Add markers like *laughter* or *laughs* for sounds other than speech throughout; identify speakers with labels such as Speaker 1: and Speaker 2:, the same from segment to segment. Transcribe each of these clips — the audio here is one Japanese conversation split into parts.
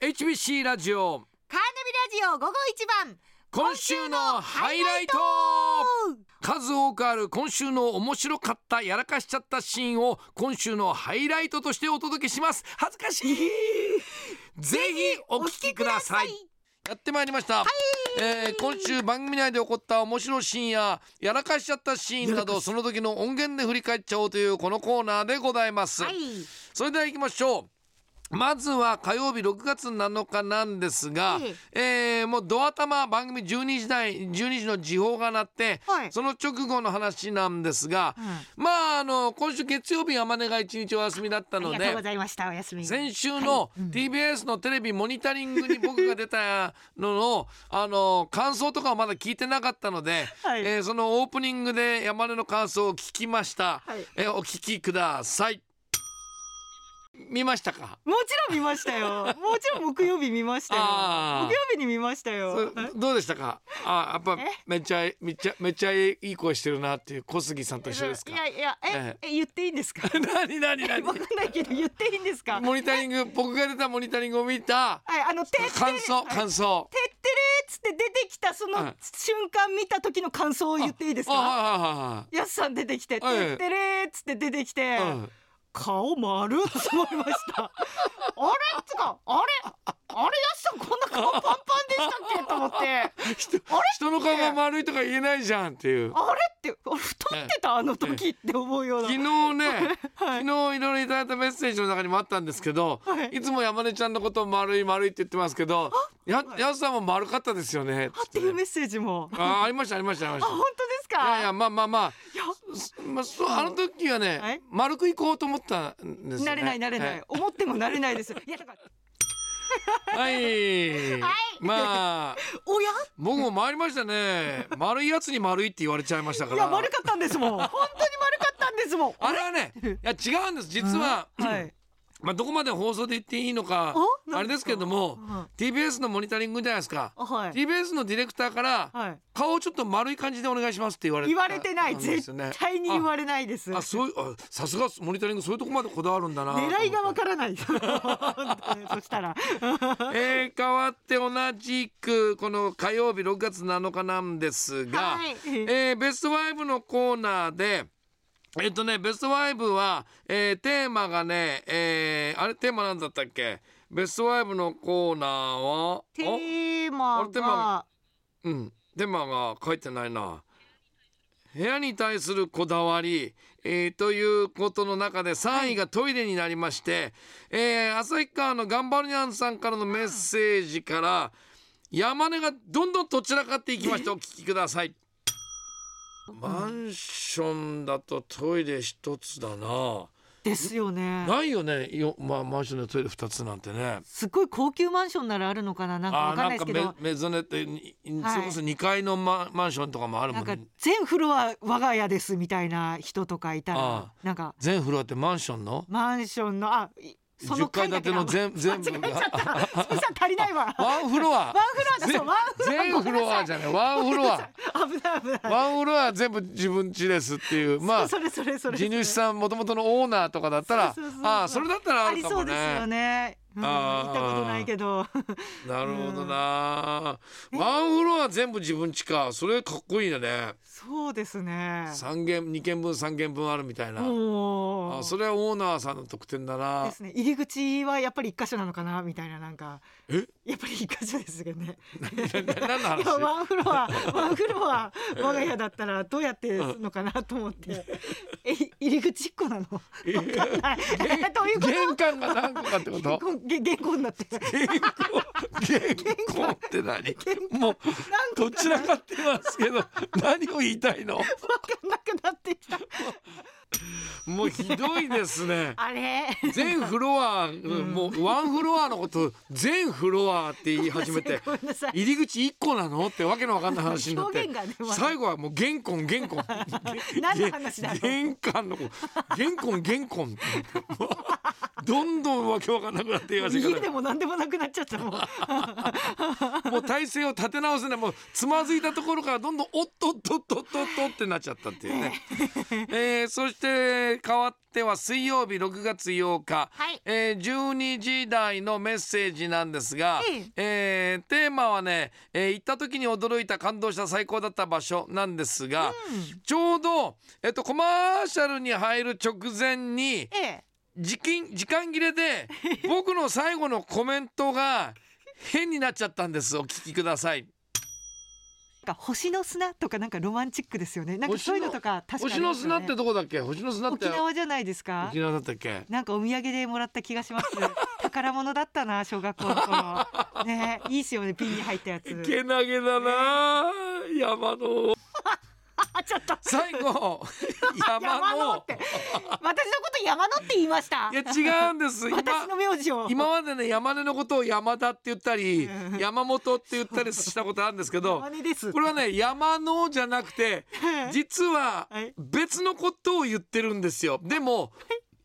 Speaker 1: HBC ラジオ
Speaker 2: カーナビラジオ午後一番
Speaker 1: 今週のハイライト数多くある今週の面白かったやらかしちゃったシーンを今週のハイライトとしてお届けします恥ずかしい *laughs* ぜひお聞きくださいやってまいりました、えー今週番組内で起こった面白いシーンややらかしちゃったシーンなどその時の音源で振り返っちゃおうというこのコーナーでございます、
Speaker 2: はい
Speaker 1: それでは行きましょうまずは火曜日6月7日なんですが、えーもうドア玉番組12時台12時の時報が鳴って、
Speaker 2: はい
Speaker 1: その直後の話なんですが、
Speaker 2: う
Speaker 1: まああの今週月曜日山根が一日お休みだった
Speaker 2: あ
Speaker 1: の
Speaker 2: りがと
Speaker 1: で
Speaker 2: うございましたお休み
Speaker 1: 先週の TBS のテレビモニタリングに僕が出たののあの感想とかはまだ聞いてなかったので、
Speaker 2: はい
Speaker 1: えーそのオープニングで山根の感想を聞きました、
Speaker 2: はい
Speaker 1: えーお聞きください見ましたか
Speaker 2: もちろん見ました
Speaker 1: *laughs*
Speaker 2: よもちろん木曜日見ましたよ
Speaker 1: あー
Speaker 2: 木曜日に見ました
Speaker 1: そ
Speaker 2: よ
Speaker 1: うどうでしたかあやっぱ
Speaker 2: え
Speaker 1: めっちゃめっちゃめっちゃいい声してるなっていう小杉さんと一緒ですか
Speaker 2: いやいやえ
Speaker 1: え
Speaker 2: え言っていいんで
Speaker 1: *laughs*
Speaker 2: すか
Speaker 1: 何何何
Speaker 2: わかんないけど言っていいんですか
Speaker 1: モニタリング僕が出たモニタリングを見た
Speaker 2: はいあのてってれ
Speaker 1: 感想感想
Speaker 2: てってれーっつって出てきたそ
Speaker 1: は
Speaker 2: の
Speaker 1: い
Speaker 2: 瞬間見た時の感想を言っていいです
Speaker 1: あ
Speaker 2: か
Speaker 1: はいはいはいはい
Speaker 2: やすさん出てきてて
Speaker 1: はい
Speaker 2: ってれーっつって出てきて
Speaker 1: うん
Speaker 2: 顔丸っつまりました。 *laughs* あれっつうか、あれ、あれやすさんこんな顔パンパンでしたっけと思って。あれ
Speaker 1: 人人の顔が丸いとか言えないじゃんっていう
Speaker 2: って、あれ太ってたあの時って思うような。
Speaker 1: 昨日ね、
Speaker 2: *laughs*
Speaker 1: 昨日いろいろいただいたメッセージの中にもあったんですけど、
Speaker 2: はい
Speaker 1: い、つも山根ちゃんのことを丸い丸いって言ってますけどややすさんも丸かったですよね
Speaker 2: あっていうメッセージも。あ、
Speaker 1: あありましたありましたありまし
Speaker 2: 本当ですか。
Speaker 1: たいやいやまあまあま
Speaker 2: いや
Speaker 1: あそまあそうあの時はね、
Speaker 2: はい
Speaker 1: 丸くいこうと思ったんですよね
Speaker 2: なれないなれない、
Speaker 1: はい
Speaker 2: 思ってもなれないです。いやだから、
Speaker 1: はい、まあ
Speaker 2: おや、
Speaker 1: 僕も回りましたね丸いやつに丸いって言われちゃいましたか
Speaker 2: い
Speaker 1: ら
Speaker 2: や丸かったんで
Speaker 1: *laughs*
Speaker 2: すもん。本当に丸かったんですもん。
Speaker 1: あれはねいや違うんです実は、
Speaker 2: はい。
Speaker 1: まあ、どこまで放送で言っていいのか
Speaker 2: お
Speaker 1: あれですけども、
Speaker 2: なん
Speaker 1: TBS のモニタリングじゃないですか、
Speaker 2: あはい。
Speaker 1: TBS のディレクターから、
Speaker 2: はい。
Speaker 1: 顔をちょっと丸い感じでお願いしますって言われた
Speaker 2: 言われてない、
Speaker 1: んです
Speaker 2: 絶
Speaker 1: よね
Speaker 2: 対に言われないです。
Speaker 1: ああそういうあさすがモニタリングそういうとこまでこだわるんだな
Speaker 2: 狙いがわからない。本当に
Speaker 1: *laughs*
Speaker 2: そしたら。
Speaker 1: えー、変わって同じくこの火曜日6月7日なんですが、
Speaker 2: はい
Speaker 1: えーベスト5のコーナーでえっとねベスト5は、えーテーマがね、えーあれテーマなんだったっけベスト5のコーナーは
Speaker 2: テーマ
Speaker 1: あれテー
Speaker 2: が
Speaker 1: マおうんテーマが書いてないな。部屋に対するこだわり、えーということの中で3位がトイレになりまして、えー旭川のガンバルニャンさんからのメッセージから、山根がどんどんとちらかっていきま
Speaker 2: *laughs*
Speaker 1: してお聞きください。マンションだとトイレ一つだな。
Speaker 2: ですよね。
Speaker 1: ないよね。よまあマンションのトイレ二つなんてね。
Speaker 2: すごい高級マンションならあるのかななんか
Speaker 1: あ
Speaker 2: わ
Speaker 1: ー
Speaker 2: かん
Speaker 1: な
Speaker 2: なんいで
Speaker 1: か
Speaker 2: すけ
Speaker 1: メ
Speaker 2: ど。
Speaker 1: メゾネってに
Speaker 2: はい
Speaker 1: それこそ二階のママンションとかもある
Speaker 2: な
Speaker 1: も
Speaker 2: ん
Speaker 1: ん
Speaker 2: か
Speaker 1: ね。
Speaker 2: 全フロア我が家ですみたいな人とかいたら
Speaker 1: あ
Speaker 2: なんか
Speaker 1: 全フロアってマンションの
Speaker 2: マンションのあいそ
Speaker 1: 10
Speaker 2: の
Speaker 1: 階建ての全全部
Speaker 2: 間違えちゃ
Speaker 1: が
Speaker 2: ったスピさん足りないわワン
Speaker 1: ワンフロア
Speaker 2: フロアだそうワンフ
Speaker 1: 全フ
Speaker 2: ロア
Speaker 1: ロアじ
Speaker 2: ゃ
Speaker 1: ゃないワンフロア
Speaker 2: 危ない危ない
Speaker 1: ワンフロア全部自分家ですっていうまあ
Speaker 2: それそれそれ
Speaker 1: 地主さんもともとのオーナーとかだったら
Speaker 2: そうそうそうそう
Speaker 1: ああそれだったらあ
Speaker 2: あ
Speaker 1: る
Speaker 2: り
Speaker 1: か
Speaker 2: そ
Speaker 1: も
Speaker 2: うですよ
Speaker 1: ね
Speaker 2: ねうん
Speaker 1: あー
Speaker 2: 行ったことないけど
Speaker 1: なるほどなワンフロア全部自分家かそれかっこいいよね
Speaker 2: そうですね
Speaker 1: 三軒2軒分3軒分あるみたいな
Speaker 2: も
Speaker 1: あ
Speaker 2: う
Speaker 1: それはオーナーさんの特典だな
Speaker 2: ですね入り口はやっぱり一箇所なのかなみたいななんか
Speaker 1: え
Speaker 2: やっぱり一箇所ですよね
Speaker 1: な *laughs* な何の
Speaker 2: いや
Speaker 1: 話
Speaker 2: ワンフロ
Speaker 1: *laughs*
Speaker 2: アワンフロア我が家だったらどうやってするのかなと思ってえ入り口一個なのわかんないどういうこ
Speaker 1: 玄関が何個かってこと
Speaker 2: とげ原稿になって
Speaker 1: 健康健康って何もうどちらかってますけど何を言いたいの
Speaker 2: 分かんなくなってきた
Speaker 1: もうひどいですね
Speaker 2: あれ
Speaker 1: 全フロア、もうワンフロアのこと全フロアって言い始めて
Speaker 2: ごめんなさい
Speaker 1: 入り口一個なのってわけのわかんない話になっ
Speaker 2: 表
Speaker 1: て、
Speaker 2: 現がねまだ
Speaker 1: 最後はもう玄関玄関
Speaker 2: 何の話だろう
Speaker 1: 玄関の玄関玄関ってもうどんどんわけわかんなくなっていました
Speaker 2: 家
Speaker 1: か
Speaker 2: でも何でもなくなっちゃっ
Speaker 1: *laughs*
Speaker 2: たもん
Speaker 1: ら *laughs* もう体勢を立て直せないもうつ
Speaker 2: *laughs*
Speaker 1: まずいたところからどんどんおっとっとっとっとっとってなっちゃったっていうね、えーそしして変わっては水曜日6月8日、
Speaker 2: はい
Speaker 1: えー12時台のメッセージなんですが、
Speaker 2: え
Speaker 1: えーテーマはね、えー行った時に驚いた感動した最高だった場所なんですが、
Speaker 2: うん
Speaker 1: ちょうど、えっと、コマーシャルに入る直前に
Speaker 2: ええ
Speaker 1: 時間時間切れ
Speaker 2: *laughs*
Speaker 1: で僕の最後のコメントが変になっちゃったんですお聞きください。
Speaker 2: なんか星の砂とかなんかロマンチックですよねなんかそういうのとか確かにあ
Speaker 1: 星
Speaker 2: りま
Speaker 1: の
Speaker 2: すよ
Speaker 1: 砂
Speaker 2: ね、
Speaker 1: ってどこだっけ星の砂って
Speaker 2: 沖縄じゃないですか
Speaker 1: 沖縄だったっけ
Speaker 2: なんかお土産でもらった気がします宝物だったな小学校の頃ねいいですよね瓶に入ったやつ
Speaker 1: けなげだな山の
Speaker 2: あちょっと
Speaker 1: 最
Speaker 2: *laughs*
Speaker 1: 後山
Speaker 2: 山の
Speaker 1: の
Speaker 2: って私のこと山のって言いました
Speaker 1: いや違うんです今
Speaker 2: 私の名字を
Speaker 1: 今までね山根のことを山田って言ったり
Speaker 2: うん
Speaker 1: 山本って言ったりしたことあるんですけど
Speaker 2: 山根です
Speaker 1: これはね山のじゃなくて実は
Speaker 2: はい
Speaker 1: 別のことを言ってるんですよでも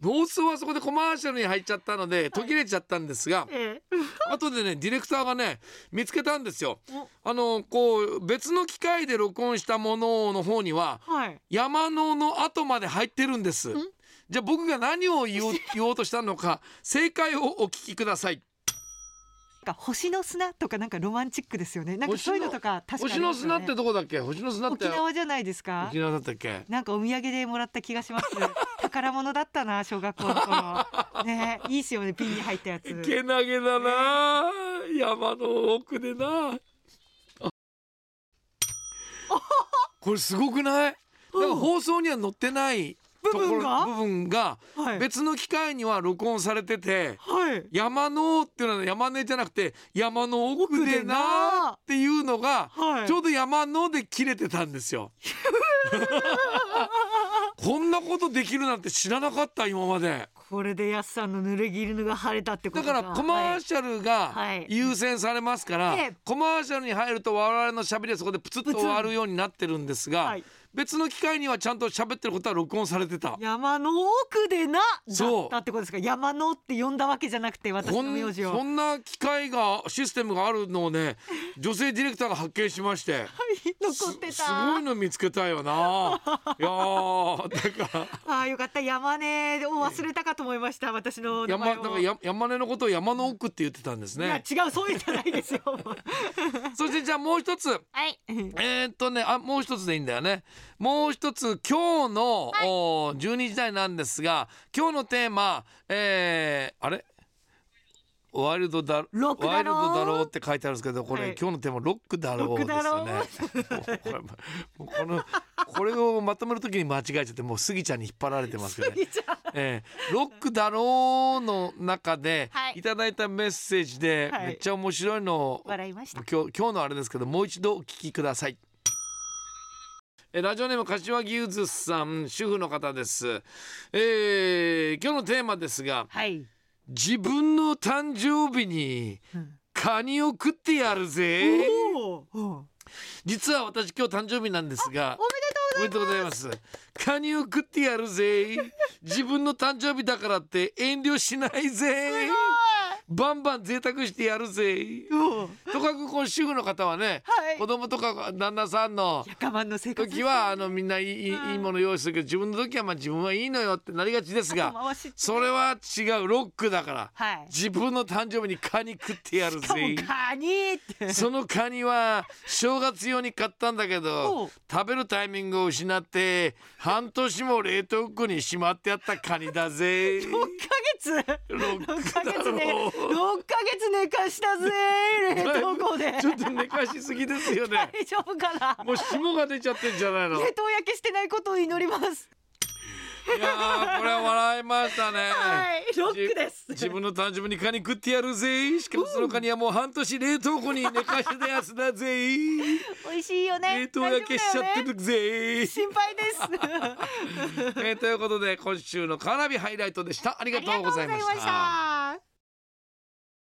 Speaker 1: 放送はそこでコマーシャルに入っちゃったので途切れちゃったんですが
Speaker 2: え
Speaker 1: 後でねディレクターがね見つけたんですよ
Speaker 2: え
Speaker 1: あのこう別の機械で録音したものの方には
Speaker 2: おはい
Speaker 1: 山のの後まで入ってるんですじゃあ僕が何を言お
Speaker 2: *laughs*
Speaker 1: う言おうとしたのか正解をお聞きください
Speaker 2: なんか星の砂とかなんかロマンチックですよねなんかそういうのとか確か
Speaker 1: 星
Speaker 2: にあり
Speaker 1: の
Speaker 2: ますよ
Speaker 1: 砂
Speaker 2: ね
Speaker 1: ってどこだっけ星の砂って
Speaker 2: 沖縄じゃないですか
Speaker 1: 沖縄だったっけ
Speaker 2: なんかお土産でもらった気が
Speaker 1: *laughs*
Speaker 2: します宝物だったな小学校の頃ねいいですよね瓶に入ったやつ
Speaker 1: けなげだな山の奥でな *laughs* これすごくないなんか放送には載ってない
Speaker 2: 部
Speaker 1: とこ
Speaker 2: 分
Speaker 1: ろ
Speaker 2: が
Speaker 1: 部分が
Speaker 2: はい
Speaker 1: 別の機械には録音されてて
Speaker 2: はい
Speaker 1: 山のっていうのは山根じゃなくて山の奥でなっていうのが
Speaker 2: はい
Speaker 1: ちょうど山ので切れてたんです *laughs* よ。こんなことできるなんて知らなかった今まで。
Speaker 2: これでやすさんの濡れ衣が晴れたってこ
Speaker 1: だ
Speaker 2: と
Speaker 1: からコマーシャルが
Speaker 2: はい
Speaker 1: 優先されますから、
Speaker 2: ええ
Speaker 1: コマーシャルに入ると我々のしゃべりはそこでプツッと終わるようになってるんですが、
Speaker 2: はい
Speaker 1: 別の機会にはちゃんと喋ってることは録音されてた。
Speaker 2: 山の奥でなだ
Speaker 1: そう
Speaker 2: ったってことですか山のって呼んだわけじゃなくて私
Speaker 1: こ
Speaker 2: の
Speaker 1: ん
Speaker 2: 名字を
Speaker 1: そんな機械がシステムがあるのを
Speaker 2: *laughs*
Speaker 1: ね女性ディレクターが発見しまして。
Speaker 2: 残ってた
Speaker 1: すすごいの見つけたよ
Speaker 2: *laughs*
Speaker 1: な。いやーだから
Speaker 2: ああよかった山根を忘れたかと思いました私の名
Speaker 1: 山な
Speaker 2: 前を
Speaker 1: んかや山根のことを山の奥って言ってたんですね。
Speaker 2: いや違うそういうんじゃないですよ
Speaker 1: そしてじゃあもう一つ
Speaker 2: はい
Speaker 1: えー、っとねあもう一つでいいんだよね。もう一つ今日の、おー12時台なんですが今日のテーマ、えー、あれワイルドだ
Speaker 2: ロック
Speaker 1: ワ
Speaker 2: だ
Speaker 1: イル
Speaker 2: ろう
Speaker 1: ドだろうって書いてあるんですけどこれ、
Speaker 2: はい
Speaker 1: 今日のテーマロックだろうですよね。もう *laughs* これもうこのこれをまとめるときに間違えちゃってもうスギちゃんに引っ張られてますけどね。
Speaker 2: じゃあ
Speaker 1: えー、ロックだろうの中で、
Speaker 2: はい
Speaker 1: い、ただいたメッセージで、
Speaker 2: はい
Speaker 1: めっちゃ面白いのを
Speaker 2: 笑いました
Speaker 1: 今日今日のあれですけどもう一度お聞きくださいえラジオネーム柏木ゆずさん主婦の方です、えー、今日のテーマですが
Speaker 2: はい、
Speaker 1: 自分の誕生日にカニを食ってやるぜ
Speaker 2: おーおー
Speaker 1: 実は私今日誕生日なんですがおめでとうございますカニを食ってやるぜ自分の誕生日だからって遠慮しないぜバンバン贅沢してやるぜ
Speaker 2: おー
Speaker 1: とかくこう主婦の方はね、
Speaker 2: はい
Speaker 1: *laughs* 子供とか旦那さんの
Speaker 2: やかまんの生活
Speaker 1: 時はあのみんないい,、いいもの用意するけど自分の時はまあ自分はいいのよってなりがちですが
Speaker 2: 回し
Speaker 1: それは違うロックだから、
Speaker 2: はい
Speaker 1: 自分の誕生日にカニ食ってやる
Speaker 2: しかも
Speaker 1: ぜ。
Speaker 2: カニって
Speaker 1: そのカニは正月用に買ったんだけ
Speaker 2: お
Speaker 1: ど
Speaker 2: う
Speaker 1: 食べるタイミングを失って半年も冷凍庫にしまってあったカニだぜ。
Speaker 2: 六ヶ月
Speaker 1: ロッ
Speaker 2: 六
Speaker 1: ク
Speaker 2: ヶ
Speaker 1: だ
Speaker 2: 月ね
Speaker 1: ろう
Speaker 2: 六ヶ月寝かしたぜ冷凍庫で
Speaker 1: ちょっと寝かしすぎですよね。
Speaker 2: 大丈夫かな
Speaker 1: もう霜が出ちゃってんじゃないの。い
Speaker 2: 冷凍焼けしてないことを祈ります
Speaker 1: やーこれは笑いましたね。
Speaker 2: はいロッ
Speaker 1: *laughs*
Speaker 2: クです
Speaker 1: 自分の誕生日にカニ食ってやるぜ。しかもそのカニはもう半年冷凍庫に寝かしてたやつだ *laughs* ぜ。
Speaker 2: 美味しいよね
Speaker 1: 冷凍焼けしちゃって
Speaker 2: 大丈夫だよね
Speaker 1: るぜ。 *laughs*
Speaker 2: 心配です
Speaker 1: えーということで今週のカーナビハイライトでした。あり
Speaker 2: あ
Speaker 1: がとうございました。
Speaker 2: た